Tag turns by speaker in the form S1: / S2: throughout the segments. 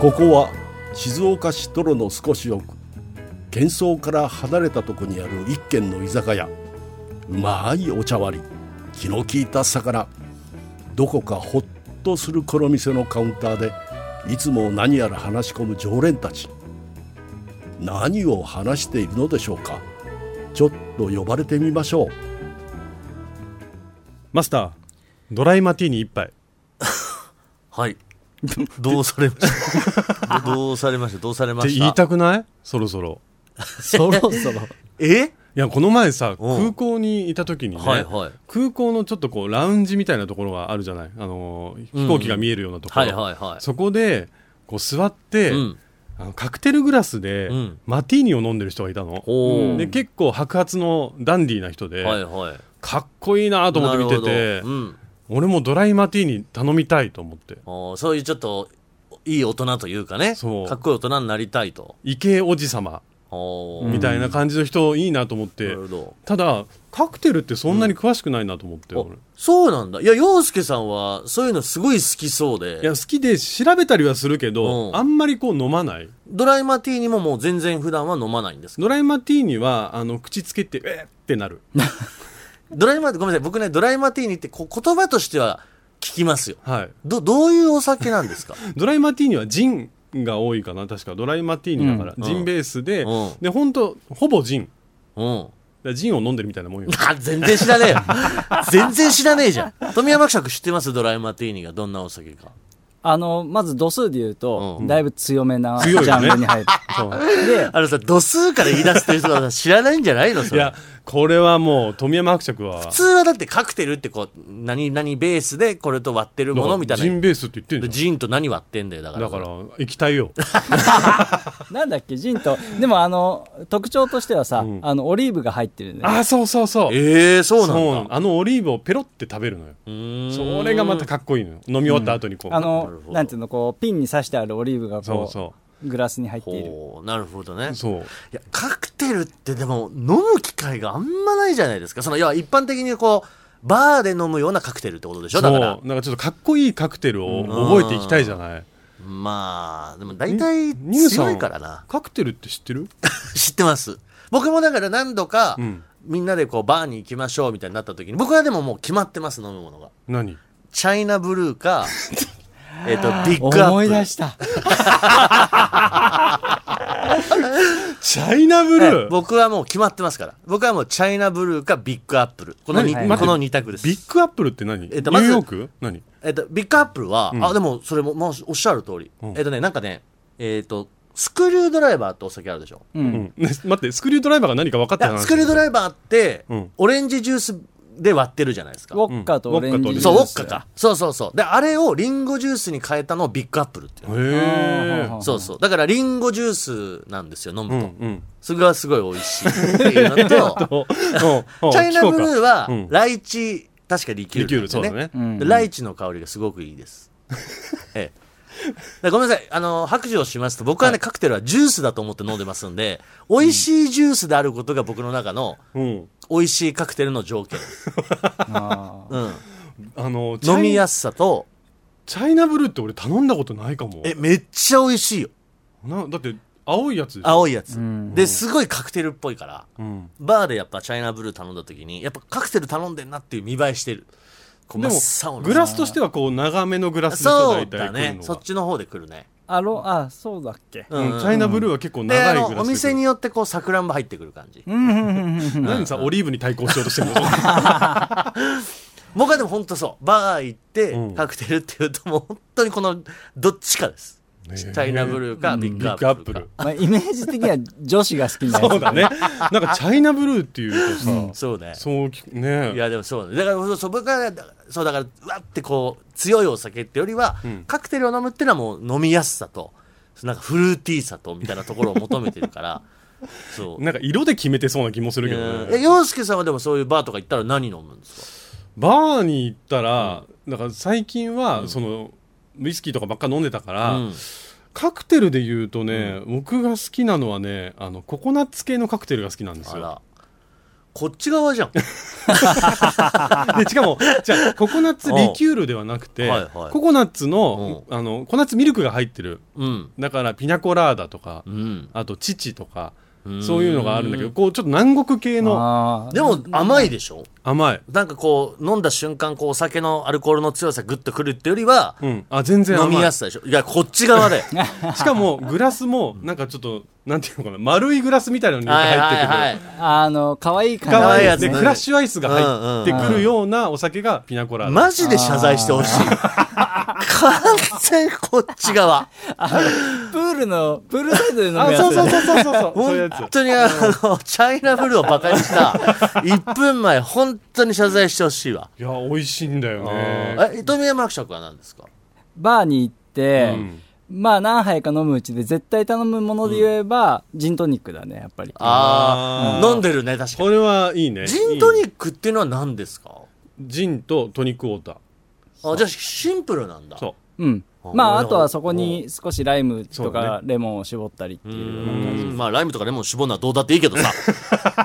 S1: ここは静岡市泥の少し奥喧騒から離れたとこにある一軒の居酒屋うまいお茶割り気の利いた魚どこかほっとするこの店のカウンターでいつも何やら話し込む常連たち何を話しているのでしょうかちょっと呼ばれてみましょう
S2: マスタードライマティーニ一杯
S3: はい。どうされま したどどうされましたどうされま
S2: って
S3: した
S2: 言いたくないそろそろ
S4: そろそろ
S3: え
S2: いやこの前さ
S3: うん
S2: 空港にいた時にね、
S3: はいはい
S2: 空港のちょっとこうラウンジみたいなところがあるじゃないあのー飛行機が見えるようなところ、
S3: はいはいはい。
S2: そこでこう座って、
S3: うん。
S2: あのカクテルグラスで、
S3: うん
S2: マティーニを飲んでる人がいたの、
S3: おお。
S2: で結構白髪のダンディーな人で、
S3: はいはい。
S2: かっこいいなと思って見て
S3: なる
S2: て
S3: ほどうん。
S2: 俺もドライマティーニ頼みたいと思って
S3: おーそういうちょっと、いい大人というかね。
S2: そう
S3: かっこいい大人になりたいと。
S2: イケおじ様
S3: おー
S2: みたいな感じの人いいなと思って、
S3: なるほど。
S2: ただカクテルってそんなに詳しくないなと思って、
S3: あ
S2: 俺
S3: そうなんだ。いや、洋介さんは、そういうのすごい好きそうで。
S2: いや好きで調べたりはするけど、
S3: うん
S2: あんまりこう飲まない
S3: ドライマティーにももう全然普段は飲まないんですか
S2: ドライマティーニはあの口つけてえーってなる
S3: ドライマごめんなさい。僕ね、ドライマティーニってこう言葉としては聞きますよ。
S2: はい
S3: ど、どういうお酒なんで すか
S2: ドライマティーニはジンが多いかな確かドライマティーニだから、
S3: ん
S2: ジンベースで、
S3: うん
S2: で本当ほぼジンだか
S3: うん。
S2: らジンを飲んでるみたいなも んよ
S3: あ、全然知らねえよ。全然知らねえじゃん。富山伯爵知ってますドライマティーニがどんなお酒か。
S4: あのまず度数で言うと、
S3: うん
S4: だいぶ強めなジ
S2: 強い
S4: ャ
S2: よ
S4: ン
S2: ね
S4: ルに入る、
S2: そう
S4: で
S3: あのさ、度数から言い出すという人はさ知らないんじゃないのそ
S2: い
S3: れ
S2: やこれはもう富山伯爵は
S3: 普通はだってカクテルってこう、何、何ベースでこれと割ってるものみたいな。
S2: ジンベースって言って
S3: で
S2: るじ
S3: ジンと何割ってんだよ、だ
S2: ゃ
S3: か
S2: ん
S3: ら。
S2: だから液体 よ
S4: なんだっけジンとでもあの特徴としてはさ、
S2: うん
S4: あのオリーブが入ってるね
S2: ああそうそうそう
S3: ええー、そ
S2: そ
S3: う
S2: う
S3: なん
S2: な
S3: だ。
S2: のあのオリーブをペロって食べるのよ
S3: うーん
S2: それがまたかっこいいのよ飲み終わった後にこう、
S3: な
S4: あ
S3: る
S4: の
S3: ほど
S4: なんていうのこうピンに刺してあるオリーブがこう
S2: そうそ
S4: グラスに入っている
S3: ほう、なるほどね
S2: う。そう
S3: いや、カクテルってでも飲む機会があんまないじゃないですか。その、要は一般的にこう、バーで飲むようなカクテルってことでし
S2: そ
S3: ょ
S2: う
S3: だ
S2: な
S3: か
S2: ん
S3: ら
S2: か。ちょっとかっこいいカクテルを覚えていきたいじゃない
S3: まあ、でも大体
S2: ニューさ
S3: 強
S2: ん
S3: いからな。
S2: カクテルって知っ てる
S3: 知ってます。僕もだから何度か、
S2: うん
S3: みんなでこうバーに行きましょうみたいになった時に、僕はでももう決まってます、飲むものが。
S2: 何
S3: チャイナブル ーか、えっと、ビッグアップ。
S4: 思い出した
S2: チャイナブル
S3: はい
S2: ー
S3: 僕はもう決まってますから。僕はもうチャイナブルーかビッグアップル。この
S2: 何
S3: に
S2: はいはい
S3: この2択です。
S2: ビッグアップルって何、
S3: えっと
S2: ニ
S3: ま
S2: ュー
S3: ず
S2: ヨーク何
S3: えっと、ビッグアップルは、あ、でもそれも、まあ、おっしゃる通り。
S2: ん
S3: えっとね、なんかね、えっと、スクリュードライバーってお酒あるでしょ。
S4: う、
S2: うんん、ね待ってスクリュードライバーが何か分かっ
S3: い
S2: た
S3: やスクリュードライバーって、
S2: うん
S3: オレンジジュースで割ってるじゃないですか
S4: ウ。ォッカとオレンジジュース
S3: そう、ウォッカか。そうそうそう。で、あれをリンゴジュースに変えたのをビッグアップルっていう。
S2: へえ
S4: あー
S3: そうそう。だからリンゴジュースなんですよ、飲
S2: うん
S3: む
S2: う
S3: と。
S2: ん、
S3: それがすごい美味しい っていうのと
S2: おお
S3: チャイナブルーは
S2: うん
S3: ライチ、確かリキュール、
S2: リキュールそうだね。
S4: うん
S3: でライチの香りがすごくいいです。 ええ。でごめんなさい。あの、白状しますと、僕はね、カクテルはジュースだと思って飲んでますんで、美味しいジュースであることが僕の中の
S2: うん
S3: 美味しいカクテルの条件。
S4: あー
S3: うん。
S2: あのチャイ
S3: 飲みやすさと、
S2: チャイナブルーって俺頼んだことないかも
S3: え、めっちゃ美味しいよ。
S2: なだって青いやつでしょ
S3: 青いやつ、
S4: ん
S3: ですごいカクテルっぽいから
S2: うん
S3: バーでやっぱチャイナブルー頼んだ時にやっぱカクテル頼んでんなっていう見栄えしてるこう
S2: でも
S3: 真っ青な
S2: グラスとしてはこう長めのグラスでしょ
S3: そう
S2: 大体
S3: だ
S2: 来る
S3: ね
S2: の
S3: そ
S2: が
S3: っちの方で来るね
S4: あろあそうだっけ
S3: う
S2: うんんチャイナブルーは結構
S3: であ
S2: 長い
S3: の
S2: グラス
S3: お店によってこうさくらんぼ入ってくる感じ、
S4: うんうんうんうんうん
S2: 何さオリーブに対抗しようとし てるの
S3: 僕はでも本当そうバー行って
S2: うん
S3: カクテルっていうともう本当にこのどっちかです
S2: ねえ
S3: チャイナブルーかビッ
S2: ビッ
S3: グ
S2: グ
S3: ア
S2: アッ
S3: ップ
S2: プ
S3: ルか
S2: ル
S4: まあ、イメージ的には女子が好きなやつ
S2: そうだねなんかチャイナブルーっていうとさ
S3: そうね
S2: そうきね
S3: いやでもそうねだからそう僕はそうだからうわってこう強いお酒ってよりは、
S2: ん
S3: カクテルを飲むっていうのはもう飲みやすさとなんかフルーティーさとみたいなところを求めてるから そう
S2: なんか色で決めてそうな気もするけど
S3: え
S2: ね
S3: 洋介さんはでもそういうバーとか行ったら何飲むんです
S2: バーに行ったらだから最近はそのウイスキーとかばっか飲んでたか、
S3: からうん
S2: カクテルで言うとね、僕が好きなのはねあのココナッツ系のカクテルが好きなんです
S3: あ
S2: よ
S3: らこっち側じゃん。
S2: でしかもじゃあココナッツリキュールではなくて、
S3: うんはいはい
S2: ココナッツの,、あのココナッツミルクが入ってる
S3: うん。
S2: だからピナコラーダとか、
S3: うん。
S2: あと乳とか
S3: うん
S2: そういうのがあるんだけどこうちょっと南国系の
S4: あー
S3: でも甘いでしょ
S2: 甘い、
S3: なんかこう、飲んだ瞬間、こう、お酒のアルコールの強さグッとくるってよりは、
S2: うん、あ全然甘
S3: 飲
S2: い
S3: みやすさでしょいや、こっち側 だよ。
S2: しか もグラスもなんかちょっとなんていうのかな丸いグラスみたいなのに
S3: は
S2: 入
S3: い
S2: ってくる、
S3: はいはい。
S4: あの可愛い感じ
S2: 可愛い
S3: や
S2: や
S3: つ
S2: つ
S3: ね
S2: でクラッシュアイスが入ってくるようなお酒がピナコラーダ、
S3: マジで謝罪してほしい。完全こっち側。
S4: プールのプールサイドで飲むやつ
S2: あそうそうそうそうそう そうそういう
S3: 本
S2: やつ
S3: 当にあの、チャイナブルーをバカにした1分前、本当に謝罪してほしいわ。
S2: いや美味しいんだよね
S3: え、富山伯爵は何ですか
S4: バーに行って、
S2: うん
S4: まあ何杯か飲むうちで絶対頼むもので言えば、ジントニックだねやっぱり
S3: あ
S2: あ
S3: あ、
S2: ー
S3: 飲んでるね、確かに。
S2: これはいいね
S3: ジントニ
S2: いい
S3: ックっていうのは何ですか
S2: ジンとトニックウォーター
S3: あ、じゃあシンプルなんだ。
S2: そ
S4: うん
S3: あ
S4: まあ
S3: 俺
S4: あ
S3: ら
S4: とはそこに少しライム
S2: そ
S4: と
S2: うだ
S4: かレモンを絞ったりって
S3: う
S4: いうような感じ
S3: んまあライムとかレモン絞るのはどうだっていいけ どさ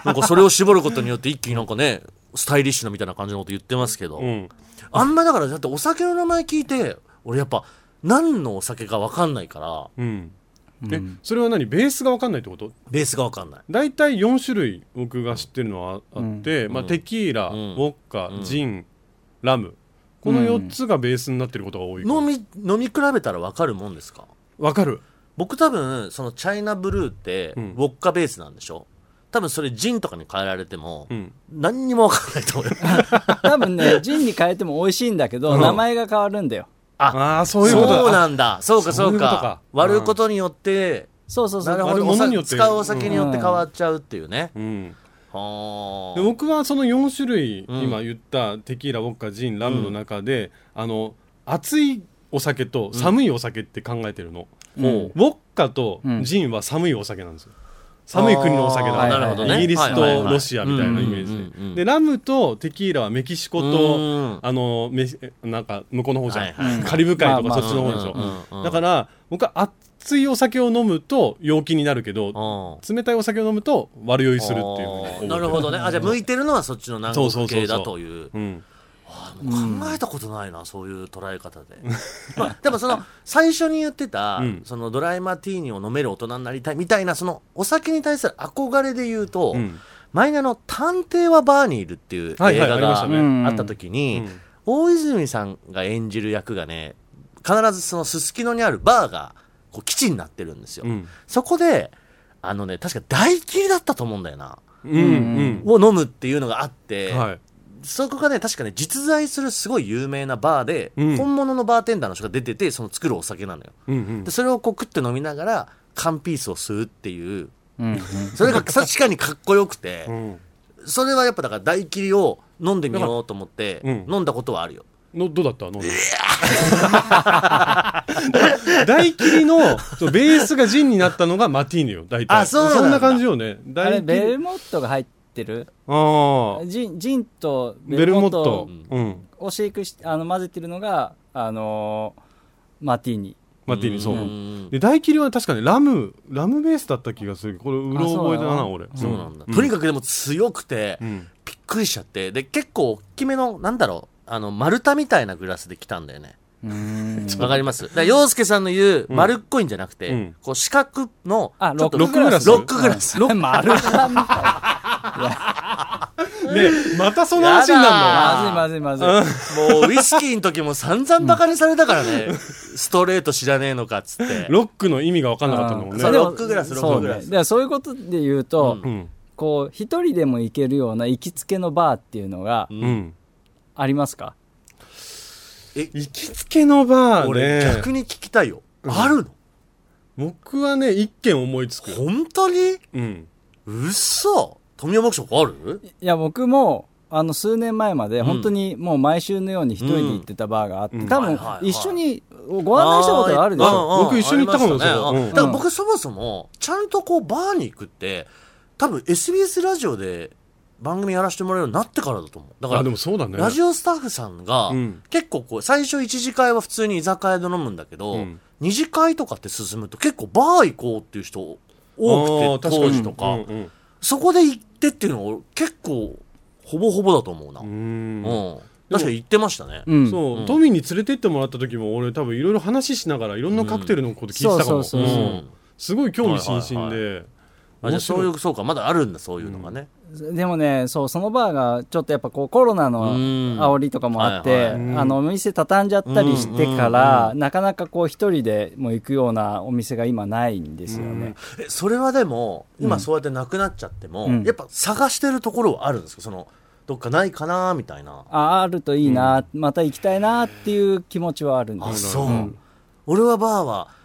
S3: なんかそれを絞ることによって一気になんかねスタイリッシュなみたいな感じのこと言ってますけど、
S2: ううん
S3: あんまだからだってお酒の名前聞いて俺やっぱ何のお酒か分かんないから
S2: うんえそれは何ベースが分かんないってこと
S3: ベースが分かんない
S2: 大体4種類僕が知ってるのはああって、まあ、テキーラ、
S3: ん
S2: ウォッカ、
S3: ん
S2: ジンラムこの4つがベースになってることが多いか
S3: 飲
S2: ら
S3: み飲み比べたら分かるもんですか
S2: わかる
S3: 僕多分そのチャイナブルーって
S2: う
S3: ウ
S2: ん
S3: ォッカベースなんでしょ多分それジンとかに変えられても、
S2: うん
S3: 何にも分かんないと思うよ
S4: 多分ねジンに変えても美味しいんだけど、
S2: うん
S4: 名前が変わるんだよ
S2: ああ ーそ
S3: そう
S2: いうことだ
S3: うなんだそうかそう
S2: そ
S3: か
S2: ういうことか
S3: 割ることによって、
S4: そうそうそ
S3: な
S4: う
S3: るほ
S2: 割る
S3: ど
S2: ものに
S3: お
S2: よっ
S3: 酒
S2: て
S3: 使うお酒によって
S4: うん
S3: 変わっちゃうっていうね、
S2: うん
S3: は
S2: で僕はその4種類、
S3: うん
S2: 今言ったテキーラウォッカジンラムの中で、あの熱いお酒と寒いお酒って考えてるの、
S4: うん
S2: ウォッカと
S4: うん
S2: ジンは寒いお酒なんですよ寒い国のお酒だか
S4: あー
S2: ら、
S4: なるほどね
S2: イギリス
S3: はいはい
S2: と
S3: はい
S2: ロシアみたいなイメー
S3: うんうんうんう
S2: ジ
S3: ん
S2: ででラムとテキーラはメキシコと
S3: と
S2: あのメシなんか向こうの方じゃん、
S3: はいはい
S4: うん
S2: カリブ海と
S4: まあま
S2: か
S4: あ
S2: そっちの方でしょ、
S3: うんうんうんうん
S2: だから僕は熱いお酒を飲むと陽気になるけど
S3: うん
S2: 冷たいお酒を飲むと悪酔いするっていうふうに思って
S3: なるほどねあじゃあ向いてるのはそっちの南
S2: そうそ
S3: 国
S2: うそうそう
S3: 系だという
S2: うん
S4: うん
S3: 考えたことないなそういう捉え方で まあでもその最初に言ってた
S2: うん
S3: そのドライマティーニを飲める大人になりたいみたいなそのお酒に対する憧れで言うと
S2: うん
S3: マイナの「探偵はバーにいる」っていう映画
S2: はいはいありました
S4: ね
S3: があった時
S2: う
S3: に
S2: ん
S3: 大泉さんが演じる役がね必ずそのすすきのにあるバーがこう基地になってるんですよ
S2: うん
S3: そこで、あのね、確か大切だったと思うんだよな。
S2: うんうん
S3: を飲むっていうのがあって、
S2: はい
S3: そこがね、確かね、実在するすごい有名なバーで、
S2: うん
S3: 本物のバーテンダーの人が出てて、その作るお酒なのよ。
S2: うんうん
S3: で、それをこう食って飲みながら、缶ピースを吸うっていう、
S4: うんうん
S3: それが確かにかっこよくて、
S2: うん
S3: それはやっぱだから大切りを飲んでみようと思って、
S2: うん
S3: 飲んだことはあるよ。
S2: のどうだったの 大切りのそうベースがジンになったのがマティーニよ大体
S3: あそうなんだ
S2: んな感じよね
S4: あ
S2: 大
S4: れベ
S2: 切
S4: ル
S2: り
S4: モットが入ってる
S2: ああ
S4: ジンジンとベ
S2: ベル
S4: ルモ
S2: モ
S4: ッ
S2: ッ
S4: ト
S2: トうん
S4: をシェイクしあの混ぜてるのがあのーマティーニ
S2: マティーニそううんで大切りは確かねラムラムベースだった気がするこれうろ覚えだ
S4: あ
S2: な
S4: そ
S2: 俺
S3: そうなんだ、
S2: うん
S3: とにかくでも強くて、
S2: うん
S3: びっくりしちゃってで結構大きめのなんだろうあの丸太みたいなグラスで来たんだよねわかりますだから洋介さんの言う丸っこいんじゃなくて、
S2: うん
S3: こう四角の
S4: あ
S3: ちょ
S4: ロ
S3: っと
S4: ックグラス
S3: ロックグ ラス
S4: ロック丸太みたい
S2: ねまたその話にな
S3: あー
S4: なまずいまずいまずい
S3: もうウイスキーの時も散々バカにされたからねストレート知らねえのかっつって
S2: るのロックの意味が分かんなかったんだもん
S4: そ
S3: そ
S4: れ
S3: う
S2: ね
S3: ロックグラスロックグラス
S4: そうねだからそういうことで言うと、
S3: う
S2: うん
S4: こう一人でも行けるような行きつけのバーっていうのが
S2: うん
S4: ありますか、
S2: 行きつけのバー
S3: 俺
S2: ね
S3: 逆に聞きたいよ、あるの
S2: 僕はね一軒思いつくよ
S3: 本当に
S2: うん
S3: うっそ富山牧場ある
S4: いや僕もあの数年前まで本当にもう毎週のように一人で行ってたバーがあって、多
S3: はい
S4: 分
S3: はいはい
S4: 一緒にご案内したことがあるでしょ
S3: ー
S2: うん僕一緒に行ったかも
S3: ありましたね
S2: うん
S3: だから僕そもそも、ちゃんとこうバーに行くって、多分 SBS ラジオで番組やらせてもらえるようになってからだと思う。だか
S2: あ
S3: ら
S2: で、もそうだね
S3: ラジオスタッフさんが
S2: うん、
S3: 結構こう、最初一次会は普通に居酒屋で飲むんだけど、
S2: うん
S3: 二次会とかって進むと結構バー行こうっていう人多
S2: あ
S3: く
S2: ー
S3: て、
S2: 確
S3: 当時とか。
S2: うんうん
S3: そこで行ってっていうのは俺結構ほぼほぼだと思うな、う
S2: うんん
S3: 確かに行ってましたね、
S4: うん
S2: そう、
S3: ん
S2: トミーに連れてってもらった時も俺多分いろいろ話しながらいろんなカクテルのこと聞いてたか
S4: うん
S2: も
S4: そうそうそう
S2: うんすごい興味津々
S3: はい
S2: で
S3: あじゃあそうい
S2: 面
S3: うそうかまだあるんだそういうのがね、
S4: でもねそうそのバーがちょっとやっぱこうコロナの
S3: うん
S4: 煽りとかもあって、
S3: はいはい
S2: うん
S4: あのお店畳んじゃったりしてから、なかなかこう一人でも行くようなお店が今ないんですよね、
S3: えそれはでも今そうやってなくなっちゃっても、
S4: うん
S3: やっぱ探してるところはあるんですかそのどっかないかなみたいな
S4: ああるといいな、また行きたいなっていう気持ちはあるんで
S3: あ
S4: す
S3: そう、俺はバーは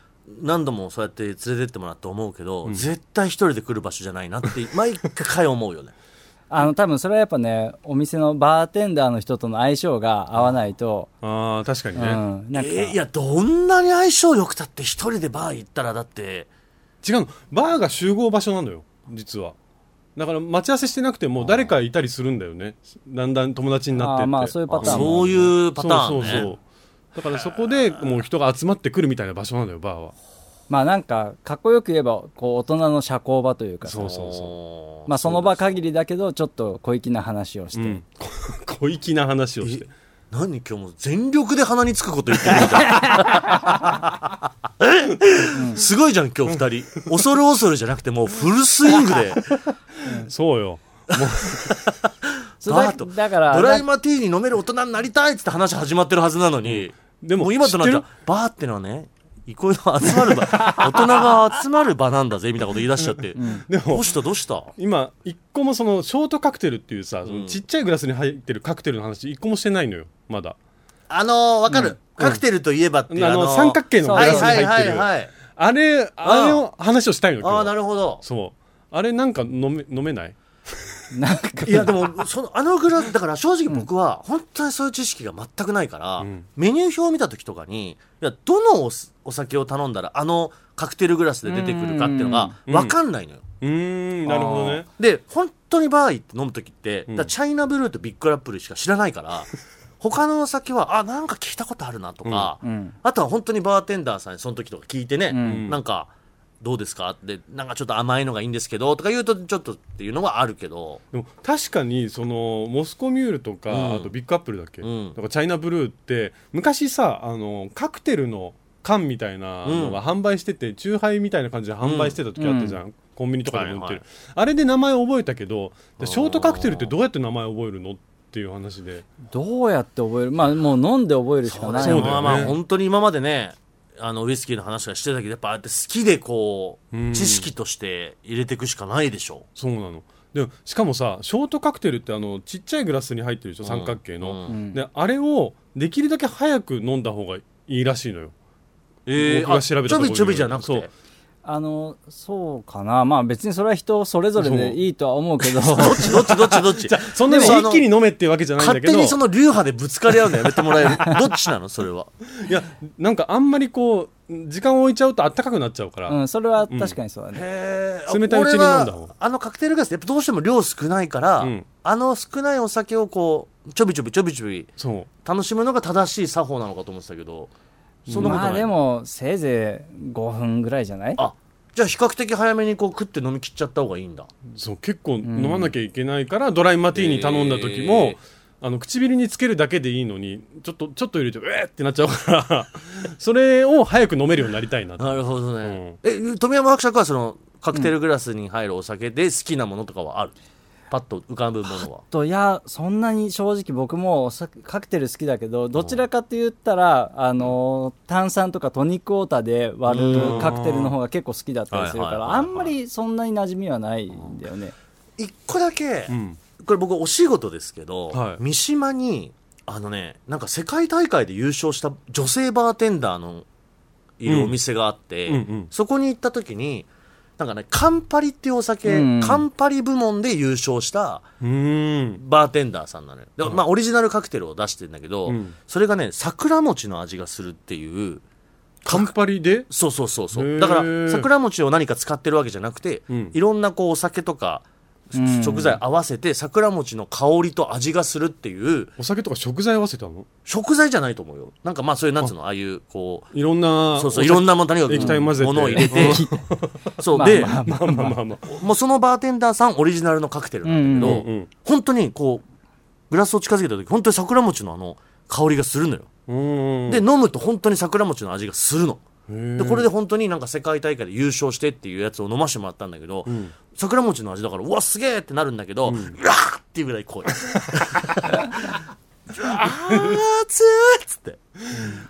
S3: 何度もそうやって連れてってもらって思うけど、絶対一人で来る場所じゃないなって 毎回思うよね
S4: あの多分それはやっぱねお店のバーテンダーの人との相性が合わないと、
S2: ああ確か
S4: う
S2: に
S4: ん
S2: ね、
S4: な
S3: え
S4: んか、
S3: ーいやどんなに相性良くたって一人でバー行ったらだって
S2: 違うのバーが集合場所なのよ実はだから待ち合わせしてなくても誰かいたりするんだよねだんだん友達になってって
S4: あーまあそういうパターンも
S3: そういうパターン
S2: そ
S3: ね
S2: うそうそうだからそこでもう人が集まってくるみたいな場所なんだよバーは
S4: まあなんかかっこよく言えばこう大人の社交場というか
S2: そうそうそう
S3: そ
S4: まあ、その場限りだけどちょっと小粋な話をして、
S2: うん、 こ小粋な話をして
S3: 何今日も全力で鼻につくこと言ってるみたい えすごいじゃん今日二人恐る恐るじゃなくてもうフルスイングで
S2: そうよ
S4: そうだ
S3: バーと
S4: だから
S3: ドライマティーに飲める大人になりたいっつって話始まってるはずなのに、
S2: でも
S3: もう今となっ
S2: 知
S3: た
S2: っ
S3: らバーってのはね憩いの集まる場大人が集まる場なんだぜみたいなこと言い出しちゃって、
S2: で
S3: ど
S2: も
S3: うしたどうした
S2: 今一個もそのショートカクテルっていうさ、そのちっちゃいグラスに入ってるカクテルの話一個もしてないのよまだ
S3: あのー、わかる、カクテルといえばって
S2: あ
S3: いう、あの
S2: の
S3: ー
S2: 三角形のグ
S4: そう
S2: ラ
S4: で
S2: ス
S4: す
S2: に入ってる、
S3: はいはいはいはい
S2: あれあれを話をしたいの
S3: あ
S2: 今
S3: あ
S2: 日
S3: なるほど
S2: そうあれなんか飲め飲めない
S4: なん か
S3: いやで もそのあのぐらいだから正直僕は本当にそういう知識が全くないから、
S2: うん
S3: メニュー表を見た時とかにいやどのおすお酒を頼んだらあのカクテルグラスで出てくるかっていうのが
S2: うん
S3: 分かんないのよ、
S2: うーんなるほどね
S3: で本当にバー行って飲む時って、
S2: うん
S3: だからチャイナブルーとビッグアップルしか知らないから 他のお酒はあなんか聞いたことあるなとか、
S4: うん
S3: あとは本当にバーテンダーさんにその時とか聞いてね、
S4: うん
S3: なんかどうですかってなんかちょっと甘いのがいいんですけどとか言うとちょっとっていうのはあるけど
S2: でも確かにそのモスコミュールとか、
S3: うん
S2: あとビッグアップルだっけ、
S3: うん
S2: とかチャイナブルーって昔さあのカクテルの缶みたいなのが販売してて、チューハイみたいな感じで販売してた時あったじゃん、コンビニとかでも売ってる、
S3: はいは
S2: あれで名前覚えたけどでショートカクテルってどうやって名前覚えるのっていう話で
S4: どうやって覚えるまあもう飲んで覚えるしかない
S2: そうだよね
S3: まあまあ本当に今までねあのウイスキーの話はしてたけどやっぱああやって好きでこう、
S2: うん
S3: 知識として入れていくしかないでしょ
S2: そうなのでしかもさショートカクテルってあのちっちゃいグラスに入ってるでしょ三角形の、
S3: うん
S4: うん
S2: であれをできるだけ早く飲んだ方がいいらしいのよ
S3: え
S2: 僕が調べたところによる
S3: ちょびちょびじゃなく
S2: そ
S3: て
S2: う
S4: あのそうかなまあ別にそれは人それぞれでいいとは思うけど
S3: どっちどっちどっちど っち
S2: そんなに
S3: でもあの
S2: 一気に飲めっていうわけじゃないんだ
S3: 勝
S2: けど
S3: 手にその流派でぶつかり合うのやめてもらえる どっちなのそれはい
S2: やなんかあんまりこう時間を置いちゃうとあったかくなっちゃうから、
S4: うん、それは確かにそうだね、
S3: へ
S2: 冷たいうちに飲んだ方
S3: あのカクテルガスやっぱどうしても量少ないから、
S2: うん
S3: あの少ないお酒をこうちょびちょびちょびちょび
S2: そう
S3: 楽しむのが正しい作法なのかと思ってたけどそんなことない
S4: まあでもせいぜい5分ぐらいじゃない
S3: あじゃあ比較的早めにこう食って飲み切っちゃった方がいいんだ
S2: そう結構飲まなきゃいけないから、ドライマティーに頼んだ時も、あの唇につけるだけでいいのにちょっとちょっと入れてえーってなっちゃうから それを早く飲めるようになりたいなって
S3: なるほどね、え富山伯爵はそのカクテルグラスに入るお酒で好きなものとかはあるパッと浮かぶものは
S4: といやそんなに正直僕もお酒カクテル好きだけどどちらかと言ったらあの炭酸とかトニックウォーターで割るカクテルの方が結構好きだったりするか
S3: うん
S4: ら
S3: はい
S4: あ
S3: はいはい
S4: ん
S3: はい
S4: まりそんなに馴染みはないんだよね
S3: 一個だけ、
S2: うん
S3: これ僕お仕事ですけど、
S2: はい
S3: 三島にあのねなんか世界大会で優勝した女性バーテンダーのいるお店があって、
S2: うんうんうん
S3: そこに行った時になんかねカンパリっていうお酒、
S4: うん
S3: カンパリ部門で優勝した
S2: うーん
S3: バーテンダーさんなのよで、まあオリジナルカクテルを出してんだけど、
S2: うん
S3: それがね桜餅の味がするっていう
S2: カンパリで
S3: そうそうそうそ
S2: へー
S3: うだから桜餅を何か使ってるわけじゃなくて、
S2: うん
S3: いろんなこうお酒とか
S4: うん
S3: 食材合わせて桜餅の香りと味がするっていう
S2: お酒とか食材合わせたの
S3: 食材じゃないと思うよなんかまあそういうなんつうのああいうこう
S2: いろんな
S3: そうそういろん
S2: な
S3: なものとにかく
S2: 液体混ぜて
S3: ものを入れ て そう、
S4: まあ
S3: で
S4: まあ
S2: まあまあまあまあ
S3: もうそのバーテンダーさんオリジナルのカクテルなんだけ
S2: う
S3: ど、
S2: んうん
S3: 本当にこうグラスを近づけた時本当に桜餅のあの香りがするのよ、
S2: うん
S3: で飲むと本当に桜餅の味がするので
S2: で
S3: これで本当になんか世界大会で優勝してっていうやつを飲ましてもらったんだけど、
S2: ん
S3: 桜餅の味だからうわすげえってなるんだけど、うわーっていうぐらい 濃いうわーつーっつって、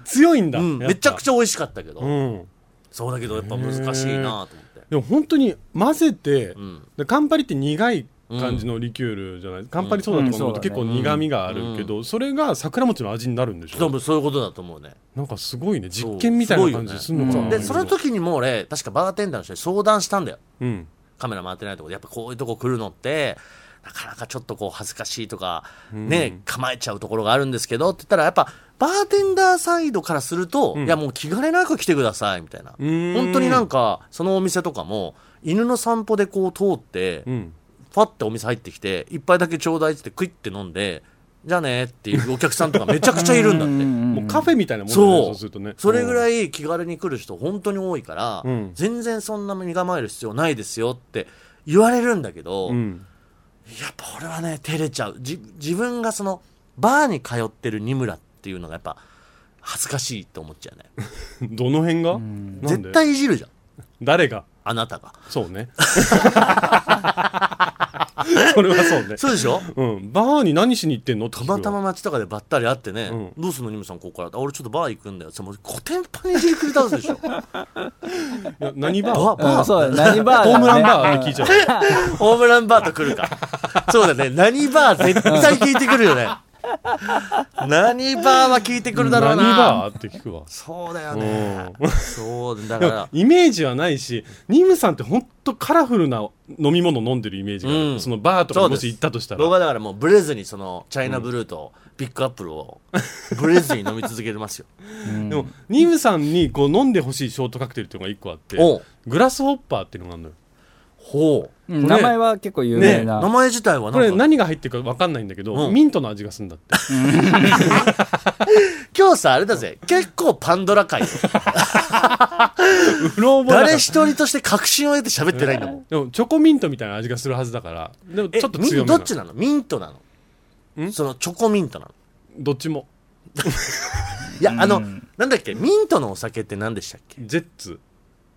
S2: 強いんだ
S3: うん、めちゃくち
S2: ゃ
S3: ゃ美味しかったけど、
S2: うん
S3: そうだけどやっぱ難しいなと思って、
S2: でも本当に混ぜて
S3: うん
S2: でカンパリって苦い感じのリキュールじゃないカンパリソーダとか飲むと結構苦味があるけどそれが桜餅の味になるんでし
S3: 多
S2: ょ
S3: 分そういうことだと思うね
S2: なんかすごいね
S3: そう
S2: 実験みたいな感じす
S3: す
S2: るのか
S4: う
S2: なんああい
S3: で
S2: う
S3: その時にもう俺確かバーテンダーの人に相談したんだよ
S2: うん
S3: カメラ回ってないとこでやっぱこういうとこ来るのってなかなかちょっとこう恥ずかしいとか、ね構えちゃうところがあるんですけどって言ったらやっぱバーテンダーサイドからすると、いやもう気兼ねなく来てくださいみたいな
S2: ーん
S3: 本当になんかそのお店とかも犬の散歩でこう通って、
S2: うん
S3: パッてお店入ってきて一杯だけちょうだいって言ってクイッて飲んでじゃあねっていうお客さんとかめちゃくちゃいるんだって。
S2: もうカフェみたいなもんだね
S3: そう
S2: そうするとね
S3: それぐ
S2: い
S3: らい気軽に来る人本当に多いから、
S2: うん
S3: 全然そんな身構える必要ないですよって言われるんだけど、
S2: うん
S3: やっぱ俺はね照れちゃうじ自分がそのバーに通ってる二村っていうのがやっぱ恥ずかしいって思っちゃうね
S2: どの辺がなんで
S3: 絶対いじるじゃん
S2: 誰が
S3: あな たが
S2: そうねそれはそうね
S3: そうでしょ
S2: うん、バーに何しに行ってんのって
S3: た
S2: 聞くわ
S3: またま街とかでばったり会ってね、
S2: う
S3: どうすんの二村さんここからあ俺ちょっとバー行くんだよってもうコテンパンにいじりくれ 倒すでしょ
S2: いや何バー
S3: バーバ
S4: う
S3: ー
S4: ん、そうだね何バ
S2: ホ
S4: ーだね
S2: ームランバーって聞いちゃう
S3: ホームランバーと来るか。そうだね。何バー絶対聞いてくる よね。何バーは聞いてくるだろうな。
S2: 何バーって聞くわ
S3: そうだよね。そうだ
S2: で
S3: か
S2: も
S3: ら。
S2: イメージはないしニムさんって本当カラフルな飲み物飲んでるイメージがある、
S3: うん
S2: そのバーとか
S3: そ
S2: に
S3: うで
S2: も
S3: す
S2: し行ったとしたら
S3: 僕はだからもうブレずにそのチャイナブルーとビッグアップル をブレずに飲み続けてますよ。
S2: でもニムさんにこう飲んでほしいショートカクテルっていうのが一個あって
S3: おう
S2: グラスホッパーっていうのがあるのよ
S3: ほう。
S4: うん名前は結構有名な、
S3: 名前自体
S2: こ
S3: はな
S2: れ
S3: んか
S2: 何が入ってるか分かんないんだけど、
S3: うん
S2: ミントの味がするんだ って
S3: 今日さあれだぜ結構パンドラ 界よ
S2: うろ覚えだから
S3: 誰一人として確信を得て喋ってないんだもん
S2: でもチョコミントみたいな味がするはずだからでも
S3: え
S2: ちょっと強め
S3: ど
S2: な
S3: っちなのミントなのそのチョコミントなの
S2: どっちも
S3: いや、あの、なんだっけ、ミントのお酒って何でしたっけ
S2: ジェッツ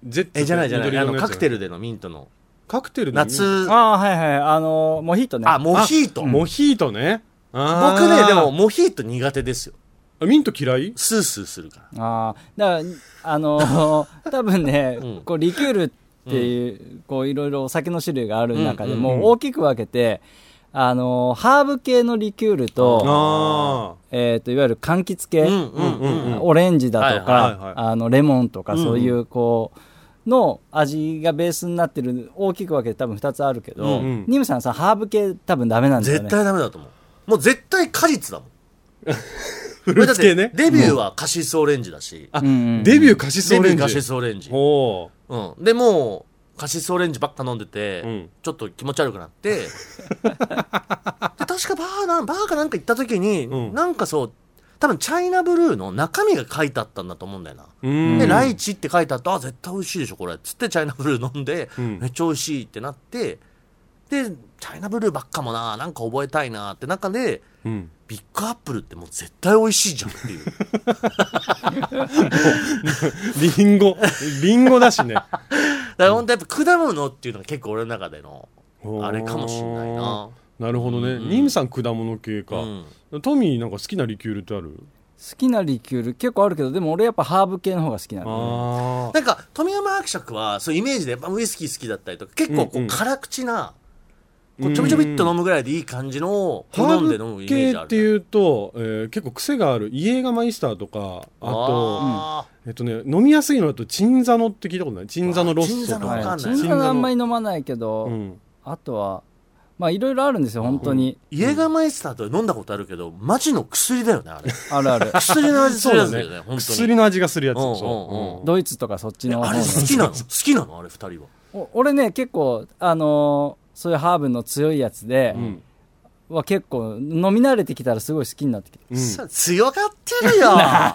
S2: ジェッツ
S3: え、じゃないじゃない、
S2: 緑
S3: あ
S2: 色
S3: の、
S2: やつ
S3: カクテルでのミントの。
S2: カクテルの
S3: 夏、
S4: ああはいはいあのモヒートね
S3: あ、モヒート。僕
S2: モヒートねあー
S3: ね、でも、モヒート苦手ですよ。
S2: あミント嫌い
S3: スースーするから。
S4: ああだからあの ー多分ね、
S3: うん
S4: こうリキュールっていう、こういろいろお酒の種類がある中で
S3: うんうん
S2: うん
S4: も大きく分けて、あのーハーブ系のリキュールと,、
S2: あ
S4: えー、といわゆる柑橘系、
S3: うんうんうんうん。
S4: オレンジだとか、
S2: はいはいはい
S4: あのレモンとかそういうこう、の味がベースになってる大きく分けて多分2つあるけど、
S2: うんうん
S4: ニムさんさハーブ系多分ダメなんだよ
S3: 絶
S4: ね
S3: 対ダメだと思う。もう絶対果実 だもん。
S2: フルーツ系
S3: 俺だ
S2: ね
S3: ってデビューはカシスオレンジだし。
S2: あ、
S4: んうん
S2: デビューカシス
S3: デ
S2: オ
S3: ビ
S2: レ
S3: ュー
S2: ンジ
S3: カシスオレンジ。
S2: ほ
S3: うん。で、もう、カシスオレンジばっか飲んでて、
S2: うん
S3: ちょっと気持ち悪くなって、 で確かバーな、バーかなんか行った時に、
S2: うん
S3: なんかそう、多分チャイナブルーの中身が書いてあったんだと思うんだよな。
S2: ううん
S3: で、ライチって書いてあったあ、絶対美味しいでしょ、これ。つってチャイナブルー飲んで、
S2: うん
S3: めっちゃ美味しいってなって、で、チャイナブルーばっかもな、なんか覚えたいなって中で、
S2: うん
S3: ビッグアップルってもう絶対美味しいじゃんって いう。
S2: リンゴリンゴだし ね
S3: だから本当やっぱ果物っていうのが結構俺の中での、
S2: ほう
S3: あれかもしんないな。
S2: なるほどね、ニムさん果物系か、トミーなんか好きなリキュールってある
S4: 好きなリキュール結構あるけどでも俺やっぱハーブ系の方が好きなの
S2: あ
S3: なんか、富山伯爵は、そういうイメージで、やっぱウイスキー好きだったりとか、結構こ
S2: うんう
S3: う、
S2: ん
S3: 辛口な、こ
S2: う
S3: うんちょびちょびっと飲むぐらいでいい感じのを、
S2: ハ
S3: 好んで
S2: ー
S3: 飲む
S2: ブ
S3: イメー
S2: 系
S3: ジある。
S2: っていうと、えー結構癖があるイエーガマイスターとかあと
S3: あ
S2: えっとね飲みやすいのだとチンザノって聞いたことないチンザノロッソ
S3: う
S2: と
S3: んわ
S2: か、
S3: か
S4: は
S3: ん
S4: い
S3: な
S4: チ
S3: い
S4: ンザのあんまり飲まないけど、
S2: うん、
S4: あとはまあいろいろあるんですよ本当に、
S3: ーイエガーマイスターとか飲んだことあるけど、マジの薬だよね、あれ。
S4: あるある
S3: 薬の味す
S2: そう
S3: るや
S2: だ
S3: つだよね、
S2: ね
S3: 本当
S2: 薬
S3: に。
S2: の味がするやつ
S3: うんうんうん
S2: そう、
S4: ドイツとかそっちの方
S3: あれ
S4: の
S3: 好きなの好きなのあれ、二人は。
S4: お俺ね結構あのーそういうハーブの強いやつで、
S2: うん
S4: は結構飲み慣れてきたらすごい好きになってきて、
S2: うん
S3: さ強がってるよ
S2: いや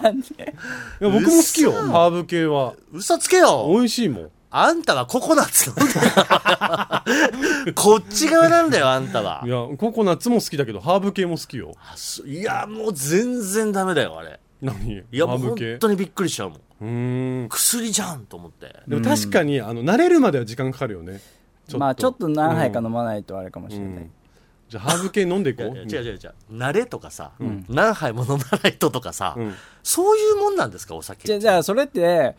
S2: 僕も好きよ
S3: 嘘
S2: ハーブ系は
S3: 嘘つけよ
S2: 美味しいもん
S3: あんたはココナッツ飲んでる こっち側なんだよあんたはい
S2: やココナッツも好きだけどハーブ系も好きよ
S3: あそいやもう全然ダメだよあれ
S2: 何
S3: いや
S2: ハ
S3: もう
S2: ーブ系
S3: 本当にびっくりしちゃうもん
S2: うーん
S3: 薬じゃんと思って
S2: でも確かにあの慣れるまでは時間かかるよね
S4: まあちょっと何杯か飲まないとあれかもしれない、
S2: じゃあハーブ系飲んでい
S3: い
S2: こ
S3: や
S2: う
S3: いや違
S2: う
S3: う
S2: ん
S3: 違う違う慣れとかさ、何杯も飲まないととかさ、
S2: うん
S3: そういうもんなんですかお酒
S4: じゃじゃあそれって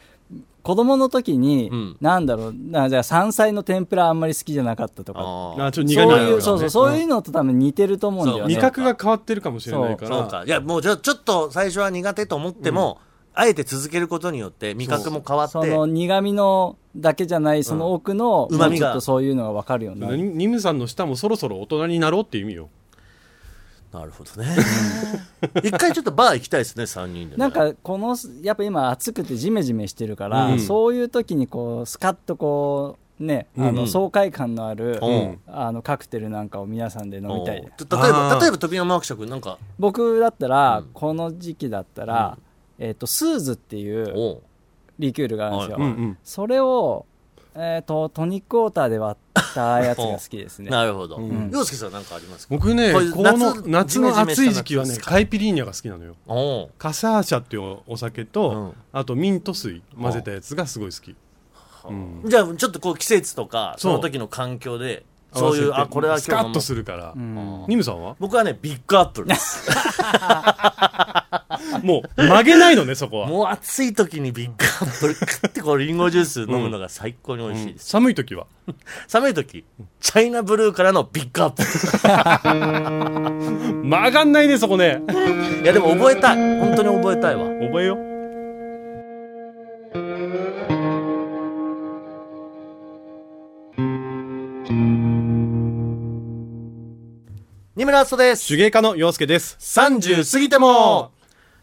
S4: 子供の時に、
S3: うん
S4: なんだろうなじゃあ山菜の天ぷらあんまり好きじゃなかったとか
S3: あー
S2: あちょっと苦
S4: そう
S2: い
S4: いううそうそうそういうのと多分似てると思うんだよ
S3: そう
S2: 味
S4: ね
S2: 覚が変わってるかもしれないか
S3: そう
S2: ら
S3: かいやもうじゃあちょっと最初は苦手と思っても、あえて続けることによって味覚も変わって
S4: その苦味のだけじゃないその奥の、
S3: うん旨味が
S4: もうちょっとそういうのが分かるようになる
S2: にニムさんの舌もそろそろ大人になろうって意味よ
S3: なるほど ね一回ちょっとバー行きたいですね3人でね、
S4: なんかこのやっぱ今暑くてジメジメしてるから、
S2: うん
S4: そういう時にこうスカッとこうね、あの爽快感のある、
S3: うん
S4: あのカクテルなんかを皆さんで飲みたい
S3: おー例え
S2: あ
S3: ば
S2: ー
S3: 例えば飛びのマークシャ君なんか
S4: 僕だったら、この時期だったら、えっとスーズっていう
S3: おう
S4: リキュールがあるんですよ、
S2: うんうん
S4: それを、えっとトニックウォーターで割ったやつが好きです ね
S3: なるほど、
S2: ん
S3: 洋介さんなんかありますか
S2: 僕ね
S3: こういう
S2: この
S3: 夏
S2: 夏の暑い時期は
S3: ジメジ
S2: ね
S3: メした夏ですか
S2: カイピリーニャが好きなのよ
S3: おう
S2: カサーシャっていうお酒と、あとミント水混ぜたやつがすごい好きうん
S3: じゃあちょっとこう季節とかそ
S2: そう
S3: の時の環境でそうい
S2: 合
S3: う
S2: わせて
S3: あこれは
S2: スカ
S3: 今
S2: ッ
S3: 日飲
S2: と
S3: む
S2: するから
S4: ん
S2: ニムさんは
S3: 僕はねビッグアップルです
S2: もう曲げないのねそこは
S3: もう暑い時にビッグアップル食ってこうリンゴジュース飲むのが最高に美味しいです、
S2: 寒い時は
S3: 寒い時チャイナブルーからのビッグアップル
S2: 曲がんないねそこね
S3: いやでも覚えたい本当に覚えたいわ
S2: 覚えよ
S3: 二村敦です
S2: 手芸家の洋介です
S3: 30過ぎても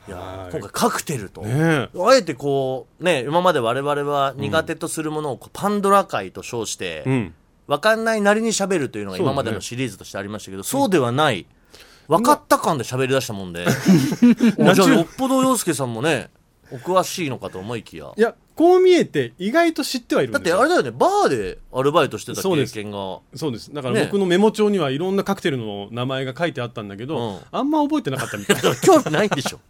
S3: いやー今回カクテルと、
S2: ねえ
S3: あえてこうね今まで我々は苦手とするものをこうパンドラ会と称して、
S2: うん
S3: 分かんないなりに喋るというのが
S2: そうだ
S3: 今
S2: ね
S3: までのシリーズとしてありましたけどそう,、ではない分かった感で喋り出したもんで
S2: ナ
S3: じ
S2: チ ュラ
S3: ゃあ
S2: ル
S3: よっぽど洋介さんもねお詳しいのかと思いきや
S2: いやこう見えて意外と知ってはいる
S3: だ
S2: ん
S3: っ
S2: です
S3: て
S2: よ
S3: あれだよねバーでアルバイトしてた
S2: そう
S3: 経
S2: です
S3: 験が
S2: そうですだか
S3: ね
S2: ら僕のメモ帳にはいろんなカクテルの名前が書いてあったんだけど、
S3: うん
S2: あんま覚えてなかったみたい
S3: 興味ないでしょ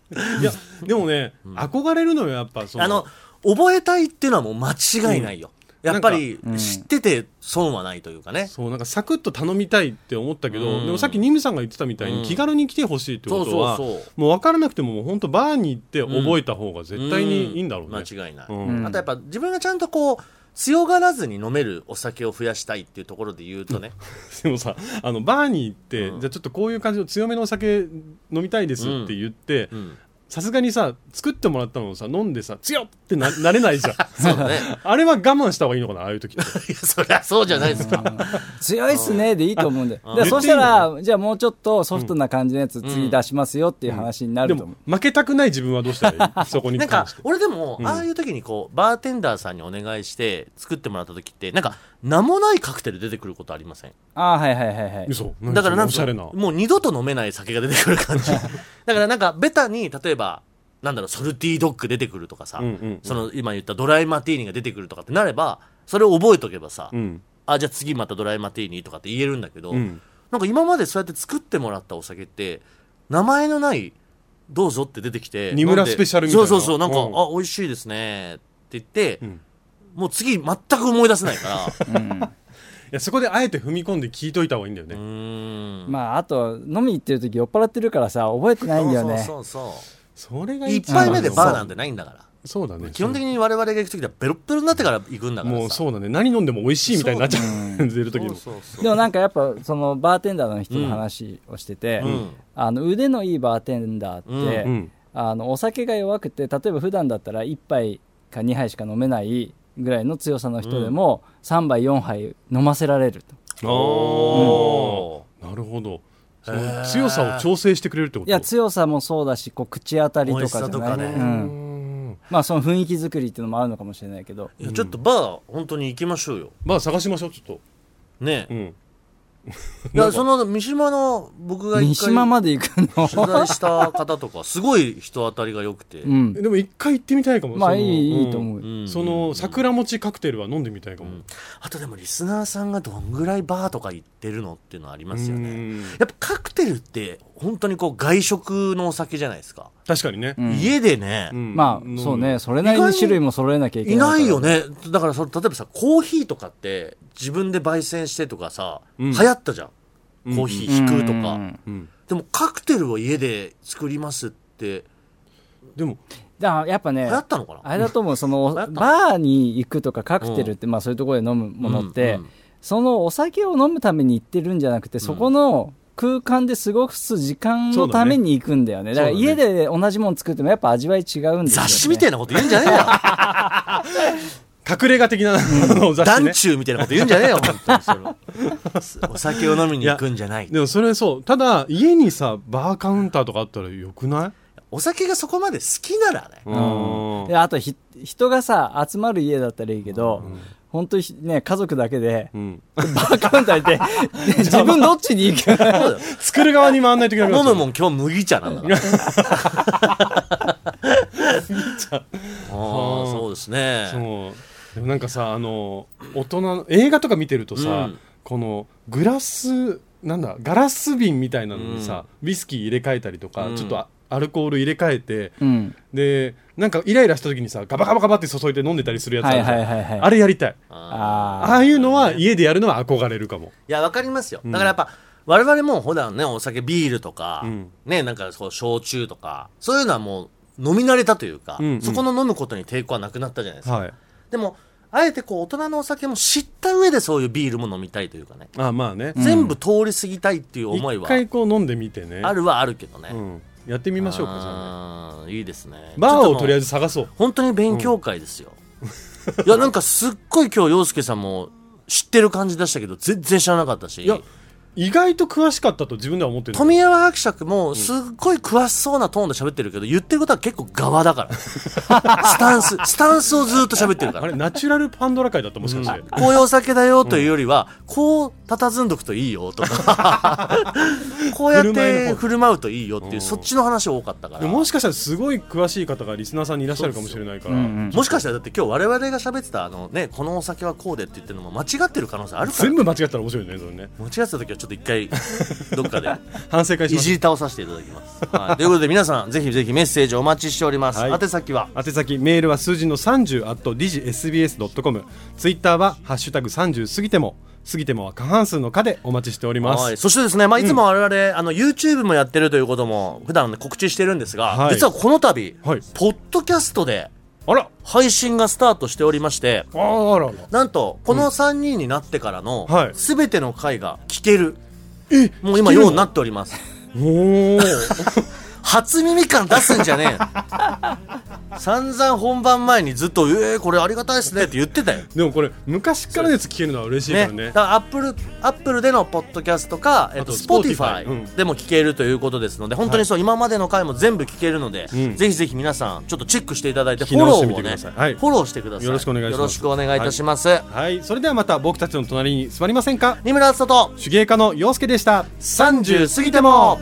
S2: いやでもね、憧れるのよやっぱその
S3: あの覚えたいっていうのはもう間違いないよ、やっぱり知ってて損はないというかね、
S2: そうなんかサクッと頼みたいって思ったけど、
S3: うん
S2: でもさっきニムさんが言ってたみたいに気軽に来てほしいってことは、
S3: そうそうそ
S2: もう分からなくてももう本当バーに行って覚えた方が絶対にいいんだろうね、
S3: 間違いない、
S2: うん
S3: あとやっぱ自分がちゃんとこう強がらずに飲めるお酒を増やしたいっていうところで言うとね、
S2: でもさあのバーに行って、じゃあちょっとこういう感じの強めのお酒飲みたいですって言って
S3: ん
S2: さすがにさ作ってもらったのをさ飲んでさ強っってななれないじゃん
S3: そう だね
S2: あれは我慢した方がいいのかなああいう時って
S3: いやそりゃそうじゃないですか
S4: 強いっすねでいいと思うんで
S2: ん
S4: でそしたらじゃあもうちょっとソフトな感じのやつ次出しますよっていう話にな
S2: で
S4: ると思
S2: も
S4: う、
S2: 負けたくない自分はどうしたらいいそこに
S3: なんか
S2: 関して
S3: 俺でも、ああいう時にこうバーテンダーさんにお願いして作ってもらった時ってなんか名もないカクテル出てくることありません
S4: ああはいはいはいはい
S2: 嘘何
S3: だからなん
S2: おし
S3: か
S2: ゃれな
S3: もう二度と飲めない酒が出てくる 感じだからなんかベタに例えばなんだろうソルティードッグ出てくるとかさ、
S2: うんうん
S3: その今言ったドライマティーニが出てくるとかってなればそれを覚えとけばさ、
S2: うん
S3: あじゃあ次またドライマティーニとかって言えるんだけど、
S2: うん
S3: なんか今までそうやって作ってもらったお酒って名前のない「どうぞ」って出てきて
S2: 二村
S3: 飲んで
S2: スペシャルみたいな
S3: そうそうそうなんか「
S2: うん
S3: あ美味しいですね」って言って、
S2: ん
S3: もう次全く思い出せないからう
S2: いやそこであえて踏み込んで聞いといた方がいいんだよね、
S3: ーん
S4: まああと飲み行ってる時酔っ払ってるからさ覚えてないんだよね
S3: そうそうそ
S2: それ
S3: う
S2: が
S3: 1杯目でバー
S2: な
S3: なんてないんだから
S2: そうだね
S3: 基本的に我々が行く時はベロッベロになってから行くんだからさ
S2: もうそうだね何飲んでも美味しいみたいになっちゃう出る時にも
S3: そうそう
S4: でもなんかやっぱそのバーテンダーの人の話をしてて、
S3: ん
S4: あの腕のいいバーテンダーって、
S3: うん
S2: うん
S4: あのお酒が弱くて例えば普段だったら1杯か2杯しか飲めないぐらいの強さの人でも3杯4杯飲ませられると
S2: あ
S3: お
S2: あなるほどその強さを調整してくれるってこと
S4: いや強さもそうだしこう口当たりとかじゃない
S3: 美味しさとかね
S4: うん
S2: うん
S4: まあその雰囲気作りっていうのもあるのかもしれないけど
S3: いやちょっとバー本当に行きましょうよ
S2: まあ探しましょうちょっと
S3: ね、
S2: うん
S3: いやその三島の僕が
S4: 三
S3: 一回
S4: 島まで行く の
S3: 取材した方とかすごい人当たりが良くて、
S4: うん
S2: でも一回行ってみたいかも
S4: まあ
S2: その
S4: いいいい
S2: ん
S4: と思う
S3: うん
S2: その桜餅カクテルは飲んでみたいかも、
S3: あとでもリスナーさんがどんぐらいバーとか行ってるのっていうのはありますよね、
S2: うん
S3: やっぱカクテルって本当にこう外食のお酒じゃないですか、
S2: 確かにね、
S4: うん
S3: 家でね、
S2: うん
S4: ま
S2: 飲
S4: あ
S2: む
S4: そうねそれなりに種類も揃えなきゃいけ
S3: い
S4: ない
S3: ないよ
S4: ね
S3: ねだからその例えばさコーヒーとかって自分で焙煎してとかさ、
S2: うん
S3: 流行ったじゃん
S2: うん
S3: コーヒー引くとか、
S2: うん
S3: でもカクテルを家で作りますって
S2: でも
S4: だからやっぱ
S3: 流
S4: ね
S3: 行ったのかな
S4: あれだと思うその
S3: 流行
S4: バ
S3: った
S4: ーに行くとかカクテルってまあそういうところで飲むものって、
S3: うんうん
S4: そのお酒を飲むために行ってるんじゃなくて、そこの空間で過ごす時間のために行くんだよね。だから
S2: そうだ
S4: 家
S2: ね
S4: で同じもの作ってもやっぱ味わい違うんですよ、ね。
S3: 雑誌みたいなこと言うんじゃねえよ
S2: 隠れ家的な、あの雑誌
S3: 団
S2: ね
S3: 中みたいなこと言うんじゃねえよ、本当にそ れお酒を飲みに行くんじゃない。
S2: でもそれそうただ家にさバーカウンターとかあったらよくない
S3: お酒がそこまで好きならね。
S4: うん
S2: うん
S4: であとひ人がさ集まる家だったらいいけど、本当にね家族だけで
S2: うん
S4: バーカウンターで自分どっちに行く
S2: 作る側に回んないといけない
S3: 飲むもん今日麦茶なんだ から。麦茶。ああ、そうですね。
S2: そうでもなんかさあの大人の映画とか見てるとさ、
S3: うん
S2: このグラスなんだガラス瓶みたいなのにさ、ウイスキー入れ替えたりとか、
S3: うん
S2: ちょっとあアルコール入れ替えて
S4: うん。
S2: でなんかイライラした時にさガバガバガバって注いで飲んでたりするやつあ
S4: は
S2: る
S4: い
S2: じゃん
S4: はいはいはい。
S2: あれやりたい
S4: あ
S2: ああいうのは家でやるのは憧れるかも
S3: いや、わかりますよ。だからやっぱ、我々も普段ね、お酒、ビールとか
S2: うん、
S3: ね、なんかそう、焼酎とか、そういうのはもう飲み慣れたというか
S2: うんうん、
S3: そこの飲むことに抵抗はなくなったじゃないですか。
S2: はい
S3: でも、あえてこう、大人のお酒も知った上でそういうビールも飲みたいというかね。
S2: あまあね、
S3: 全部通り過ぎたいっていう思い
S2: 一
S3: は
S2: 回こう飲んでみてね
S3: あるはあるけどね、
S2: うん、やってみましょうかじゃあね
S3: うーんいいですね
S2: バーをとりあえ
S3: ず
S2: ず探そう
S3: 本当に勉強会ですよ、いやなんかすっごい今日洋介さんも知ってる感じでしたけど全然知らなかったし
S2: いや意外と詳しかったと自分では思ってる
S3: 富山伯爵もすっごい詳しそうなトーンで喋ってるけど言ってることは結構側だか らスタンススタンスをずっと喋ってる
S2: あ
S3: か
S2: れ
S3: ら
S2: ナチュラルパンドラ会だったもしかして、
S3: こういうお酒だよというよりは、こう佇んどくといいよとか こうやっ
S2: 振る舞いの
S3: て
S2: 方
S3: 振る舞うといいよっていう、
S2: うん
S3: そっちの話多かったから
S2: でももしかしたらすごい詳しい方がリスナーさんにいらっしゃるかもしれないから、
S4: うんうん
S3: もしかしたらだって今日我々が喋ってたあのねこのお酒はこうでって言ってるのも間違ってる可能性あるから
S2: 全部間違ったら面白いねそれね
S3: 間違ってた時はちょっと一 回どっかで
S2: 反省会し
S3: い
S2: ま
S3: じ
S2: し
S3: り倒させていただきます、はい、ということで皆さんぜひぜひメッセージお待ちしております、
S2: はい
S3: 宛先は
S2: た宛先メールは数字の30 at digsbs.com ツイッターは「ハッシュタグ #30 過ぎても」過ぎてもは過半数の「か」でお待ちしておりま
S3: はい、
S2: す
S3: そしてですね、まあ、いつも我々、あの YouTube もやってるということも普段ね告知してるんですが、
S2: はい
S3: 実はこの度、
S2: はい
S3: ポッドキャストで
S2: あら
S3: 配信がスタートしておりまして
S2: あらあら
S3: なんとこの3人になってからの
S2: はい
S3: 全ての回が聞ける、もう今
S2: 聞けるの
S3: ようになっております
S2: おお
S3: 初耳感出すんじゃね えよ散々本番前にずっと「えー、これありがたいですね」って言ってたよ、
S2: でもこれ昔からのやつ聞けるのは嬉しいか
S3: ね
S2: らね
S3: だからアップルアップルでのポッドキャストか、えっ
S2: あと
S3: と、Spotify
S2: Spotify うん
S3: でも聞けるということですので本当にそう、今までの回も全部聞けるので、
S2: ん
S3: ぜひぜひ皆さんちょっとチェックしていただいて
S2: 聞
S3: フ
S2: き
S3: ォ
S2: 直
S3: ロ
S2: して
S3: ー
S2: み
S3: を
S2: てく
S3: ね
S2: ださいはい
S3: フォローしてください
S2: よろしくお願いします
S3: よろしくお願いいたします、
S2: はいそれではまた僕たちの隣に座りませんか
S3: 二村敦人と
S2: 手芸家の洋介でした
S3: 30過ぎても